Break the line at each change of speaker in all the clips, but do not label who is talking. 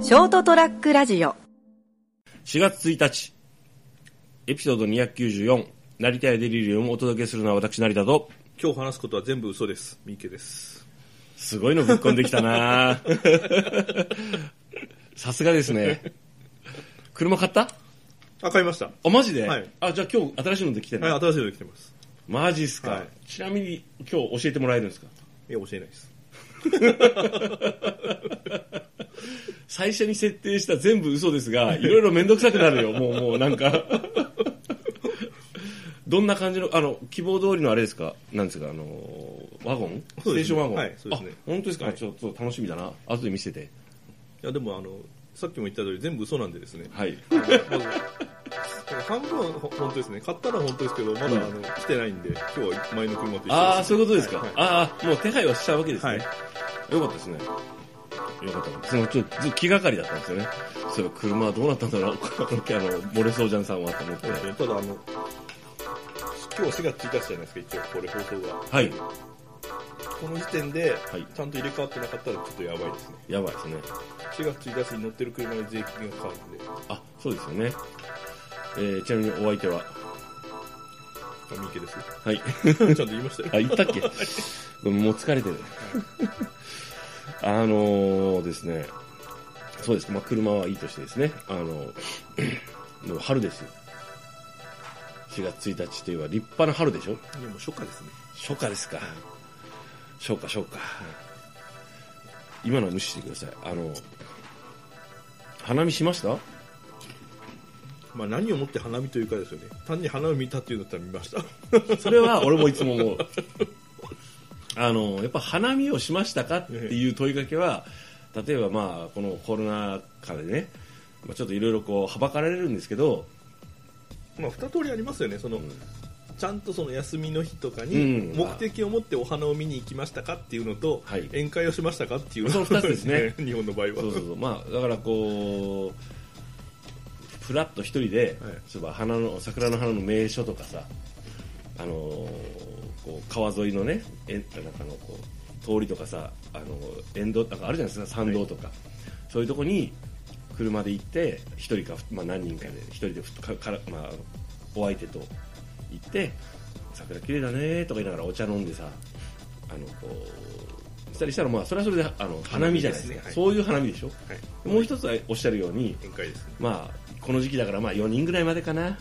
ショートトラックラジオ
4月1日、エピソード294、成田やデリリウムをお届けするのは私、成田と、
今日話すことは全部嘘です。三池です。
すごいのぶっこんできた なさすがですね。車買った
あ、買いました。
あ、マジで、
はい
あ、じゃあ今日新しいのできてるの、
はい、新しいので来てます。
マジっすか、
はい
ちなみに今日教えてもらえるんですか
いや、教えないです。
最初に設定した全部嘘です が、いろいろめんどくさくなるよ、もう、もうなんか。どんな感じの、あの、希望通りのあれですかなんですか、あのー、ワゴン、ステ
そう
ー
ですね
ションワゴン。
はいそうですね
あ、本当ですか、
はい
ちょっと楽しみだな。後で見せて。
いや、でも、あの、さっきも言った通り全部嘘なんでで すね。
はい。
まず半分はほ本当ですね。買ったら本当ですけど、まだ、あの、来てないんで、今日は前の車と一緒
ああ、そういうことですか。
はい
ああ、もう手配はしちゃうわけですね。
はい
よかったですね。よかった。そのちょっとずっと気がかりだったんですよね。そういえば車はどうなったんだろう。あの、漏れそうじゃんさんはと思って
そう。ですねただ、あの、今日4月1日じゃないですか、一応、これ放送が。
はい。
この時点で、
い
ちゃんと入れ替わってなかったらちょっとやばいですね。
やばいですね。
4月1日に乗ってる車に税金がかかるんで、
あ、そうですよね。えー、ちなみにお相手は、
三 池です。
はい。
ちゃんと言いましたよ。
あ、言ったっけごめんもう疲れてる。あのーですね、そうです。まあ、車はいいとしてですね、あの もう春ですよ。4月1日といえば立派な春でしょ
いや、もう初夏ですね。
初夏ですか。初夏、初夏。今のは無視してください。あの、花見しました
まあ、何をもって花見というかですよね単に花を見たっていうんだったら見ました
それは俺もいつも思うあのやっぱ花見をしましたかっていう問いかけは例えばまあこのコロナ禍でねまあちょっといろいろこうはばかられるんですけど、
まあ二通りありますよねその、ちゃんとその休みの日とか
うん
に目的を持ってお花を見に行きましたかっていうのと、
はい
宴会をしましたかっていう
その二つですね
日本の場合は
そうそうそうまあだからこうふらっと一人で、
はい
例えば花の桜の花の名所とかさあのーこう川沿いのねえなんかあのこう通りとかさあの沿道なんかあるじゃないですか参道とか、そういうとこに車で行って一人か、まあ、何人かで一人でふかから、まあ、お相手と行って桜綺麗だねとか言いながらお茶飲んでさあのこうしたりしたらまあそれはそれであの花見じゃないですか
花見ですねはい
そういう花見でしょ
はい、
もう一つはおっしゃるように、
宴会ですね
まあ、この時期だからまあ4人ぐらいまでかな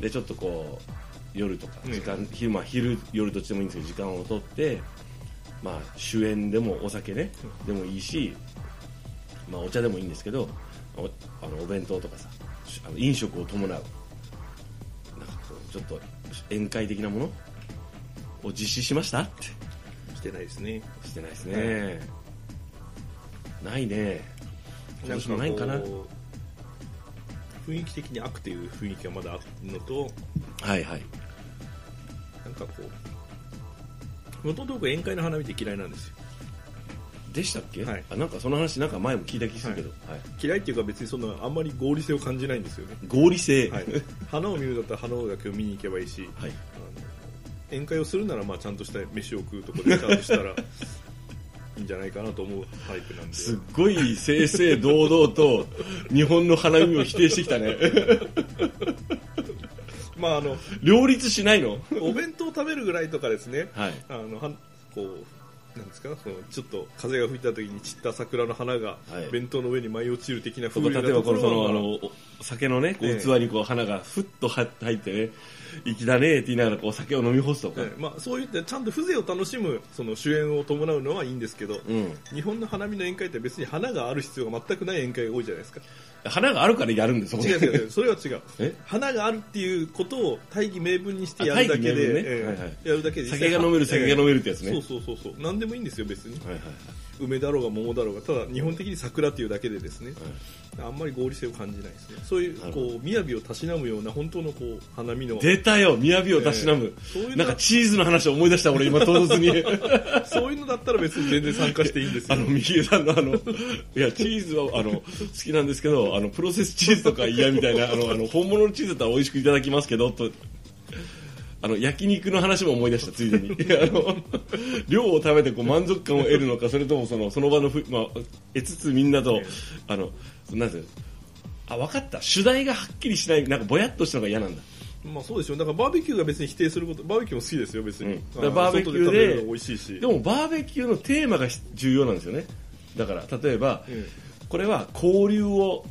でちょっとこう夜とか
うん
時間、昼まあ、昼夜どっちでもいいんですけど時間をとって、まあ、酒宴でもお酒ねでもいいし、まあ、お茶でもいいんですけどおあのお弁当とかさしあの飲食を伴うなんかこうちょっと宴会的なものを実施しましたって
してないですね
してないですね、ないね今年もないんかな
なんかこう雰囲気的に悪という雰囲気がまだあるのと
はいはい
なんかこう元々僕宴会の花見って嫌いなんですよ
でしたっけ、
はい
あなんかその話なんか前も聞いた気するけど、はい
嫌いっていうか別にそんなあんまり合理性を感じないんですよね
合理性
はい、花を見るんだったら花をだけを見に行けばいいし、
はい
あの宴会をするならまあちゃんとした飯を食うとこでちゃんとしたら いいんじゃないかなと思うタイプなんです
っごい正々堂々と日本の花見を否定してきたね
まああの
両立しないの
お弁当を食べるぐらいとかですね
はい
あのはんこうなんですかそのちょっと風が吹いた時に散った桜の花が
はい
弁当の上に舞い落ちる的な
と
風
か
流な
例えば
と
こ
こ
の
ろ
その
は
あのお酒のねこ
え
う
え
器にこう花がふっとは入ってね粋だねって言いながらこう酒を飲み干すとか、
はいまあ、そういったちゃんと風情を楽しむその主演を伴うのはいいんですけど、
うん
日本の花見の宴会って別に花がある必要が全くない宴会が多いじゃないですか
花があるからやるんですよ
違う違う 違うそれは違う
え
花があるっていうことを大義名分にしてやるだけ
あ大
で
義名分ね
ええ
はいはい
やるだけで実際
酒が飲める酒が飲めるってやつね
そうそうそうそう何でもいいんですよ別に
はいはいはい
梅だろうが桃だろうがただ日本的に桜っていうだけでですね、あんまり合理性を感じないですねそういう
なるほ
こう雅をたしなむような本当のこう花見の
出たよ雅をたしなむ
ええ、そういうの
なんかチーズの話を思い出した俺今唐突に
そういうのだったら別に全然参加していいんです
あ
よ
の、右江さんのあの、いや、チーズは、あの、好きなんですけど、あの、プロセスチーズとか嫌みたいな、あの、あの、本物のチーズだったら美味しくいただきますけど、と。あの焼肉の話も思い出したついでにあの量を食べてこう満足感を得るのかそれともそのその場のふ、まあ、得つつみんなと
ええ
あのなんていうのあ分かった主題がはっきりしないなんかぼやっとしたのが嫌なんだ
まあそうですよだからバーベキューが別に否定することバーベキューも好きですよ別に、
うん
あの
バーベキューで
外で食べるの美味しいし
でもバーベキューのテーマが重要なんですよねだから例えば、
え
これは交流を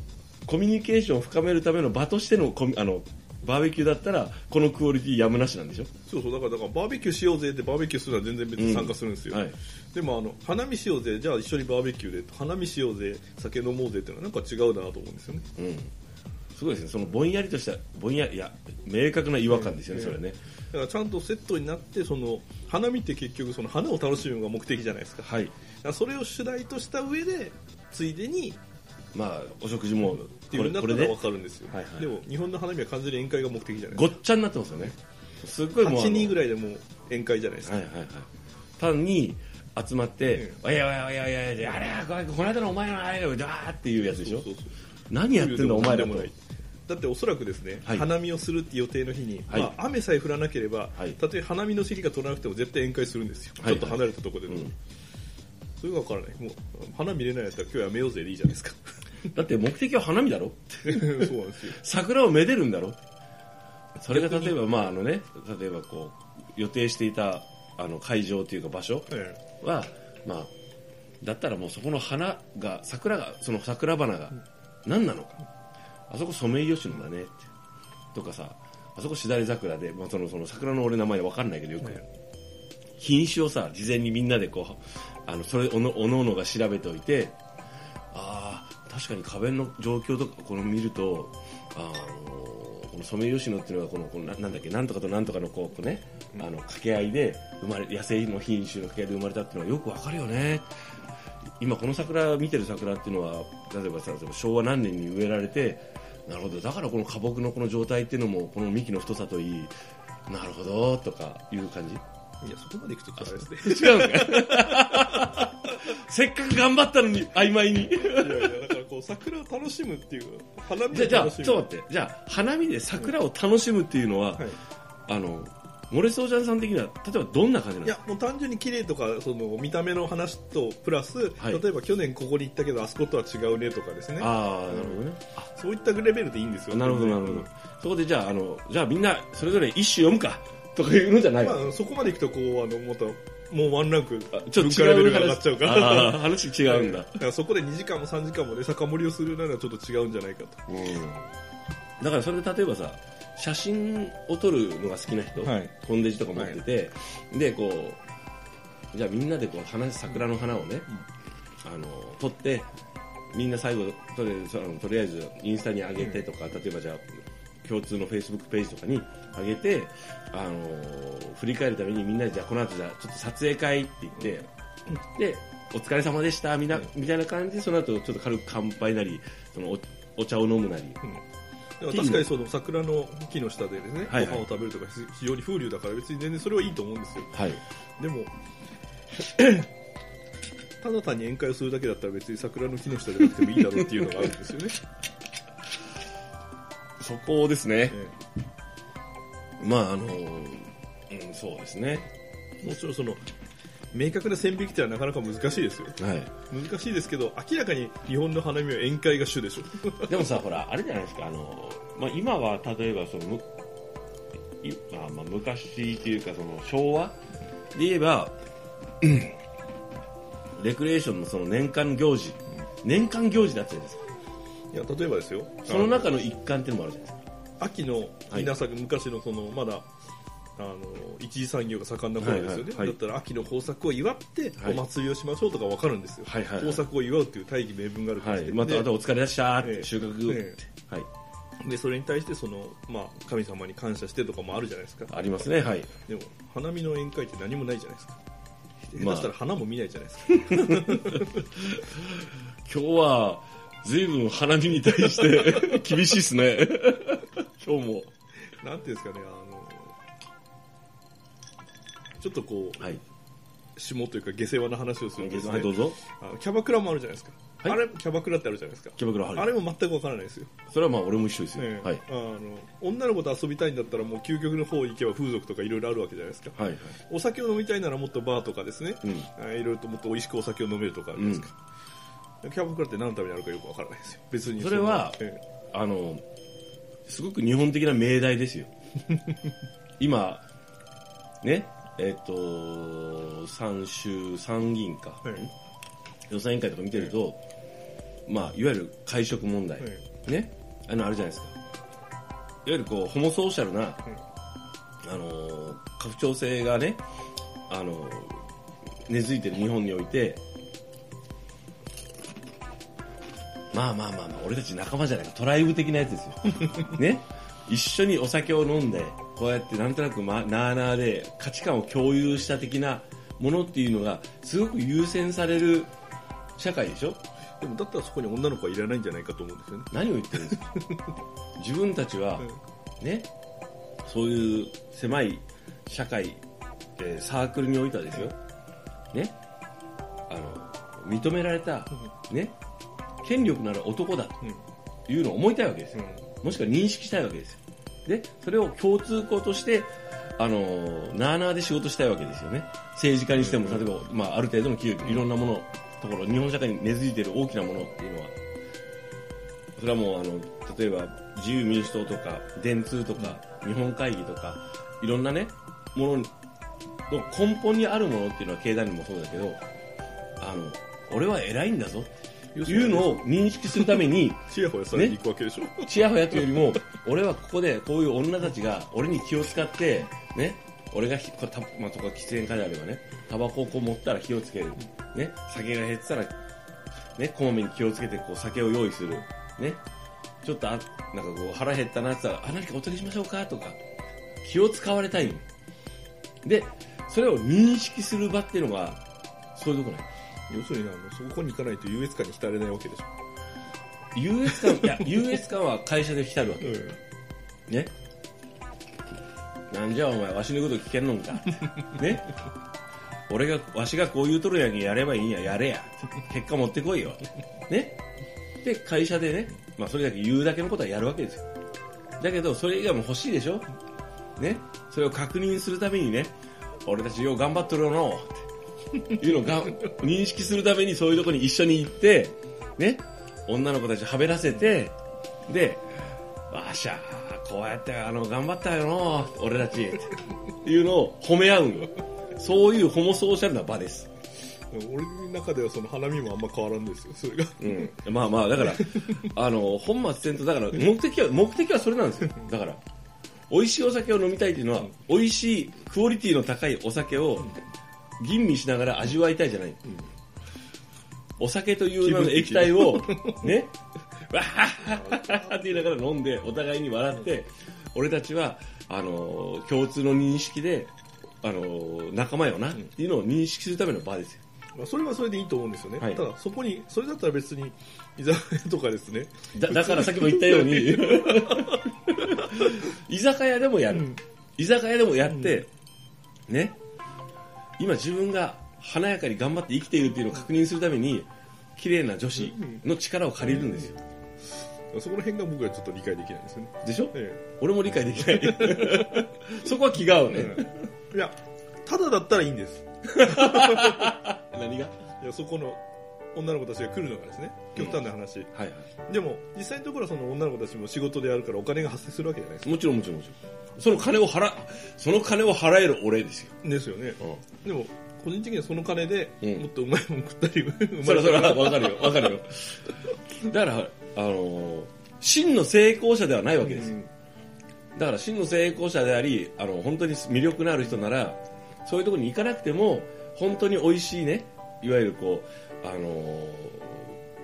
コミュニケーションを深めるための場としてのコミあのバーベキューだったらこのクオリティやむなしなんでしょ、
そうそうだからだからバーベキューしようぜってバーベキューするのは全然別に参加するんですよ、
はい、
でもあの花見しようぜじゃあ一緒にバーベキューで花見しようぜ酒飲もうぜってのはなんか違うなと思うんですよね
うん、すごいですねそのぼんやりとしたぼんやりいや明確な違和感ですよね、
うん
それね
だからちゃんとセットになってその花見って結局その花を楽しむのが目的じゃないですかだか
はい
らそれを主題とした上でついでに
まあお食事も
っ
こ
ていう
れ
んだっ
こ
た
れ
ら分
で
かるんですよ、
はいはい
でも日本の花見は完全に宴会が目的じゃない
ご
です
っ
か
ちゃになってますよねすっごいもうあ
8
の
人ぐらいでもう宴会じゃないですか、
はいはいはい単に集まって「
う
おやおやおやおやおやあれやこれこの間のお前のあれよだーっていうやつでしょ
そうそうそう
何やってんだお前ら
で
と
もないだっておそらくですね、
はい
花見をするって予定の日に、
はい
まあ、雨さえ降らなければ、
はい
たとえ花見の席が取らなくても絶対宴会するんですよ、
はい
ちょっと離れたところでも、
うん
それが分からないもう花見れないやったら今日やめようぜでいいじゃな いですか
だって目的は花見だろ
そうなんですよ
桜をめでるんだろそれが例えばまああのね例えばこう予定していたあの会場というか場所
え
はまあだったらもうそこの花が桜がその桜花が何なのかあそこソメイヨシノだねってとかさあそこしだれ桜で、まあ、そのその桜の俺名前分かんないけどよく、品種をさ事前にみんなでこうあのそれおのおのおのが調べておいてああ確かに花弁の状況とかこの見るとあのこのソメイヨシノっていうのはこのこのななんだっけなんとかとなんとかのこうこうねあの掛け合いで生まれ野生の品種の掛け合いで生まれたっていうのはよくわかるよね今この桜見てる桜っていうのは例えばさ例えば昭和何年に植えられてなるほどだからこの花木のこの状態っていうのもこの幹の太さといいなるほどとかいう感じ
えいやそこまでいくとちょっとあれですね
違うんですか せっかく頑張ったのに曖昧に
いやいやだからこう桜を楽しむっていう花見
じゃあじゃあ
を楽し
ちょ
む
っと待ってじゃあ花見で桜を楽しむっていうのは、
はい
あのモレソージャンさん的には例えばどんな感じなん
い
です
や
か
もう単純に綺麗とかその見た目の話とプラス、
はい
例えば去年ここに行ったけどあそことは違うねとかですね
ああなるほどね
そういったレベルでいいんですよ
なるほどなるほどそこでじゃああのじゃあみんなそれぞれ一首読むかとかいうのじゃないの、
まあ、そこまでいくとこうあのまたもうワンランク
あちょっ
文
と
化レ
違
ベ
う
ルが上がっちゃうから
あー話違うんだ、
だからそこで2時間も3時間もね酒盛りをするならちょっと違うんじゃないかと
うんだからそれで例えばさ写真を撮るのが好きな人、
はい
コンデジとか持ってて、でこうじゃあみんなでこう花桜の花をね、あの撮ってみんな最後とりあえずそのとりあえずインスタに上げてとか、例えばじゃあ共通のフェイスブックページとかに上げて、あの振り返るためにみんなでじゃあこの後じゃあちょっと撮影会って言って、でお疲れ様でしたみな、
うん
みたいな感じでその後ちょっと軽く乾杯なりそのおお茶を飲むなり、
だから確かにその桜の木の下でですね、
はいはい
ご飯を食べるとか非常に風流だから別に全然それはいいと思うんですよ
はい、
で もただ単に宴会をするだけだったら別に桜の木の下じゃなくてもいいだろうっていうのがある んですよね、
そこですね
え、え
まああの、うん、そうですね、
もちろんその明確な線引きってのはなかなか難しいですよ
はい、
難しいですけど明らかに日本の花見は宴会が主でしょ
でもさ、ほら、あれじゃないですか、あのまあ、今は例えばその、むいまあまあ、昔というかその、昭和で言えば、うんレクレーションのその年間行事、年間行事だったじゃないですか、
いや例えばですよ
その中の一環っていうのもあるじゃないですか。
秋の稲作、昔のそのまだあの一次産業が盛んな頃ですよね、
はいはいはい
だったら秋の豊作を祝って
は
お
い
祭りをしましょうとかわかるんですよ、
はいはいはい
豊作を祝うっていう大義名分があるんで
は
す
い、
けど、
また
で
あとお疲れでしたーって、
ええ
収穫、
え
はい、
でそれに対してその、まあ、神様に感謝してとかもあるじゃないですか
ありますね、はい、
でも花見の宴会って何もないじゃないですか下
まあ
手したら花も見ないじゃない ですか、
今日は随分花見に対して 厳しいですね今日も
なんていうんですかねあのちょっとこう、
はい
下というか下世話な話をするんですね
はい、どうぞ。
あのキャバクラもあるじゃないですか、
はい
あれキャバクラってあるじゃないですか
キャバクラは
あ
る。
れも全く分からないですよ、
それはまあ、俺も一緒ですよ。
ええ
はい。
あの女の子と遊びたいんだったらもう究極の方行けば風俗とかいろいろあるわけじゃないですか
はいはい。
お酒を飲みたいならもっとバーとかですね
うん。
あいろいろともっと美味しくお酒を飲めるとかあるじゃないですか、キャバクラって何のためにあるかよく分からないですよ別にんな
それは
え
あの、すごく日本的な命題ですよ。今、ね、えっ、と、参衆、参議院か、
ええ
予算委員会とか見てると、まあ、いわゆる会食問題、
え
ね、あの、あるじゃないですか。いわゆるこう、ホモソーシャルな、
え
あの、拡張性がね、あの、根付いてる日本において、まあまあまあまあ、俺たち仲間じゃないか、トライブ的なやつですよ。ね一緒にお酒を飲んで、こうやってなんとなく、ま、なあなあで価値観を共有した的なものっていうのが、すごく優先される社会でしょ
でもだったらそこに女の子はいらないんじゃないかと思うんですよね、
何を言ってるんですか自分たちは、ね、そういう狭い社会、えーサークルにおいてはですよ、ね、あの、認められた、ね、権力のある男だ
うん
というのを思いたいわけですよ。もしくは認識したいわけですよ。で、それを共通項として、あのー、なあなあで仕事したいわけですよね。政治家にしても、例えば、まあ、ある程度の企業、いろんなもの、ところ、日本社会に根付いている大きなものっていうのは、それはもう、あの、例えば、自由民主党とか、電通とか、日本会議とか、いろんなね、ものの根本にあるものっていうのは、経団連もそうだけど、あの、俺は偉いんだぞっていうのを認識するため に、
ちやほやされに行くわけでしょ、
ちやほやというよりも、俺はここでこういう女たちが俺に気を使って、ね、俺がひこた、まあ、とか喫煙家であればね、タバコをこう持ったら火をつける。ね、酒が減ってたら、ね、こまめに気をつけてこう酒を用意する。ね、ちょっとあ、なんかこう腹減ったなって言ったら、あ、何かお取りしましょうかとか、気を使われたいの。で、それを認識する場っていうのが、そういうとこね。
要するにあのそこに行かないと優越感に浸れないわけでしょ、
優越感、いや、優越感は会社で浸るわけ。ね。なんじゃお前、わしのこと聞けんのんか。ね。俺が、わしがこう言うとるやんけやればいいんや、やれや。結果持ってこいよ。ね。で、会社でね、まあそれだけ言うだけのことはやるわけですよ。だけど、それ以外も欲しいでしょね。それを確認するためにね、俺たちよう頑張っとるよのうっていうのをが認識するためにそういうとこに一緒に行って、ね。女の子たちはべらせて、で、わしゃこうやってあの頑張ったよのう俺たちっていうのを褒め合うんよそういうホモソーシャルな場です、
俺の中ではその花見もあんま変わらんですよそれ が
うん、まあまあだから あの本末転倒だから目的は目的はそれなんですよだから美味しいお酒を飲みたいっていうのは美味しいクオリティの高いお酒を吟味しながら味わいたいじゃない、お酒という名の液体をねわはははって言いながら飲んで、お互いに笑って、俺たちは、あのー、共通の認識で、あのー、仲間よなっていうのを認識するための場ですよ。
まあそれはそれでいいと思うんですよね、
はい
ただそこにそれだったら別に居酒屋とかですね
だだからさっきも言ったように、 居酒屋でもやる。居酒屋でもやって、ね、今自分が華やかに頑張って生きているっていうのを確認するために、綺麗な女子の力を借りるんですよ。
そこら辺が僕はちょっと理解できないんですよね、
でしょ
え
俺も理解できない。 そこは気が合うね。
えいやただだったらいいんです
何が
いやそこの女の子たちが来るのがですね極端な話、
はいは
でも実際のところはその女の子たちも仕事であるからお金が発生するわけじゃないです
い。もちろんもちろんもちろん。その金を払、その金を払える俺ですよ。
かですよねでも個人的にはその金で
うん
もっとうまいもん食ったり、うまい
そらそら、わかるよ、わかるよ。だから、あのー真の成功者ではないわけですよ。だから真の成功者であり、あの、本当に魅力のある人なら、そういうところに行かなくても、本当に美味しいね、いわゆるこう、あのー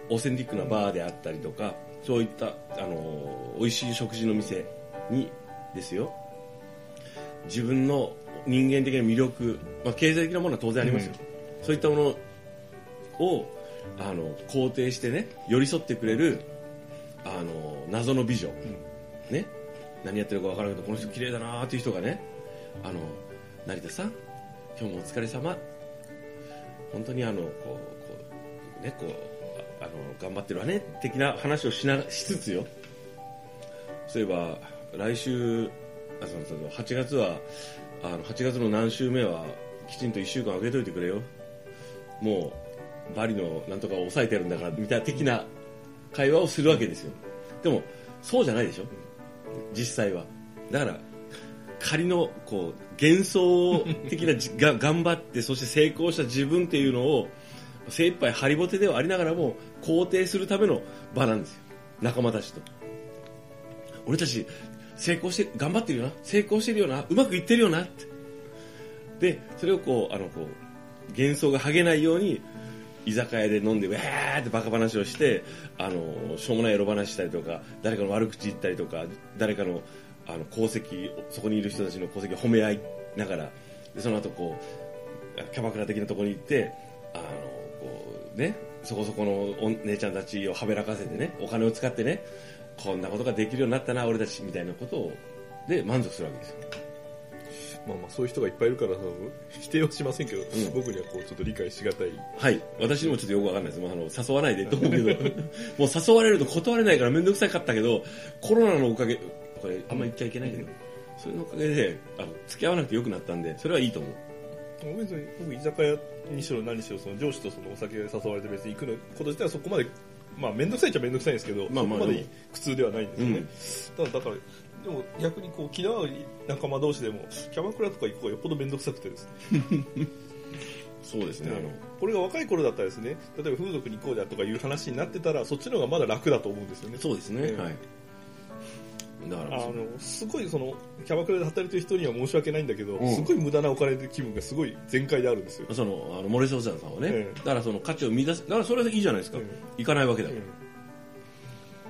オーセンティックなバーであったりとか、そういった、あのー美味しい食事の店に、ですよ、自分の人間的な魅力、まあ、経済的なものは当然ありますよ。そういったものを、あの、肯定してね、寄り添ってくれる、あのー謎の美女。ね、何やってるか分からんけどこの人綺麗だなーっていう人がねあの成田さん今日もお疲れ様本当にあのこうこうねこうああの頑張ってるわね的な話をしなしつつよそういえば来週あそうそうそう8月はあの8月の何週目はきちんと1週間あげといてくれよもうバリのなんとかを抑えてるんだからみたいな的な会話をするわけですよでもそうじゃないでしょ実際はだから仮のこう幻想的なじ が頑張ってそして成功した自分っていうのを精一杯ハリボテではありながらも肯定するための場なんですよ仲間たちと俺たち成功して頑張ってるよな成功してるよなうまくいってるよなってでそれをこうあのこう幻想が剥げないように居酒屋で飲んでウェーってバカ話をしてあのしょうもないエロ話したりとか誰かの悪口言ったりとか誰かのあの功績そこにいる人たちの功績を褒め合いながらでその後こうキャバクラ的なところに行ってあのこう、ね、そこそこのお姉ちゃんたちをはべらかせてねお金を使ってねこんなことができるようになったな俺たちみたいなことをで満足するわけですよ。
まあまあそういう人がいっぱいいるからその否定はしませんけど、
ん
僕にはこうちょっと理解しがたい
はい。私にもちょっとよくわかんないです。もうあの、誘わないでと思うけど、 もう誘われると断れないからめんどくさかったけど、コロナのおかげ、これあんま言っちゃいけないけど、それのおかげで、あの、付き合わなくてよくなったんで、それはいいと思う。
ごめんなさい僕居酒屋にしろ何にしろその上司とそのお酒誘われて別に行くのこと自体はそこまでまあ面倒くさいっちゃ面倒くさいんですけど、
まあまあ
そこま
で
で
も
苦痛ではないんですよね、
うん
ただだからでも逆にこう気の合う仲間同士でもキャバクラとか行く方がよっぽど面倒くさくてですね
そうです
あのこれが若い頃だったらですね例えば風俗に行こうだとかいう話になってたらそっちの方がまだ楽だと思うんですよね
そうですね。
うん
はい。だから、
あのすごいそのキャバクラで働いてる人には申し訳ないんだけど、
うん
すごい無駄なお金で気分がすごい全開であるんですよ、
その、あの、モレソーザンさんはね、
ええ
だからその価値を見出す、だからそれはいいじゃないですか。
うん
行かないわけだから。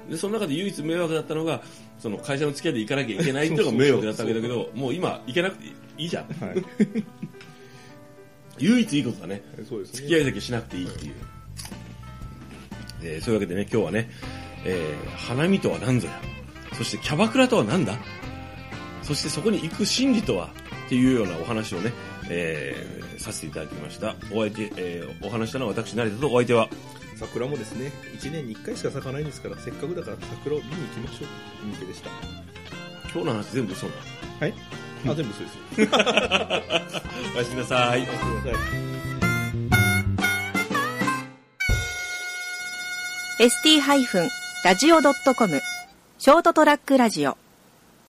う
でその中で唯一迷惑だったのがその会社の付き合いで行かなきゃいけないっていうのが迷惑だったわけだけどもう今行けなくていいじゃん
んはい、
唯一いいことだね
そうですね
付き合いだけしなくていいっていう、えーそういうわけでね今日はね、えー花見とは何ぞやそしてキャバクラとは何だそしてそこに行く心理とはっていうようなお話をね、えーさせていただきましたお相手、えーお話したのは私成田とお相手は
桜もですね1年に1回しか咲かないんですからせっかくだから桜を見に行きましょう向けでした
今日の話全部そうな
はいあ全部そうですよ
のおやすみなさい
ごめんなさい
ST-radio.com ショートトラックラジオ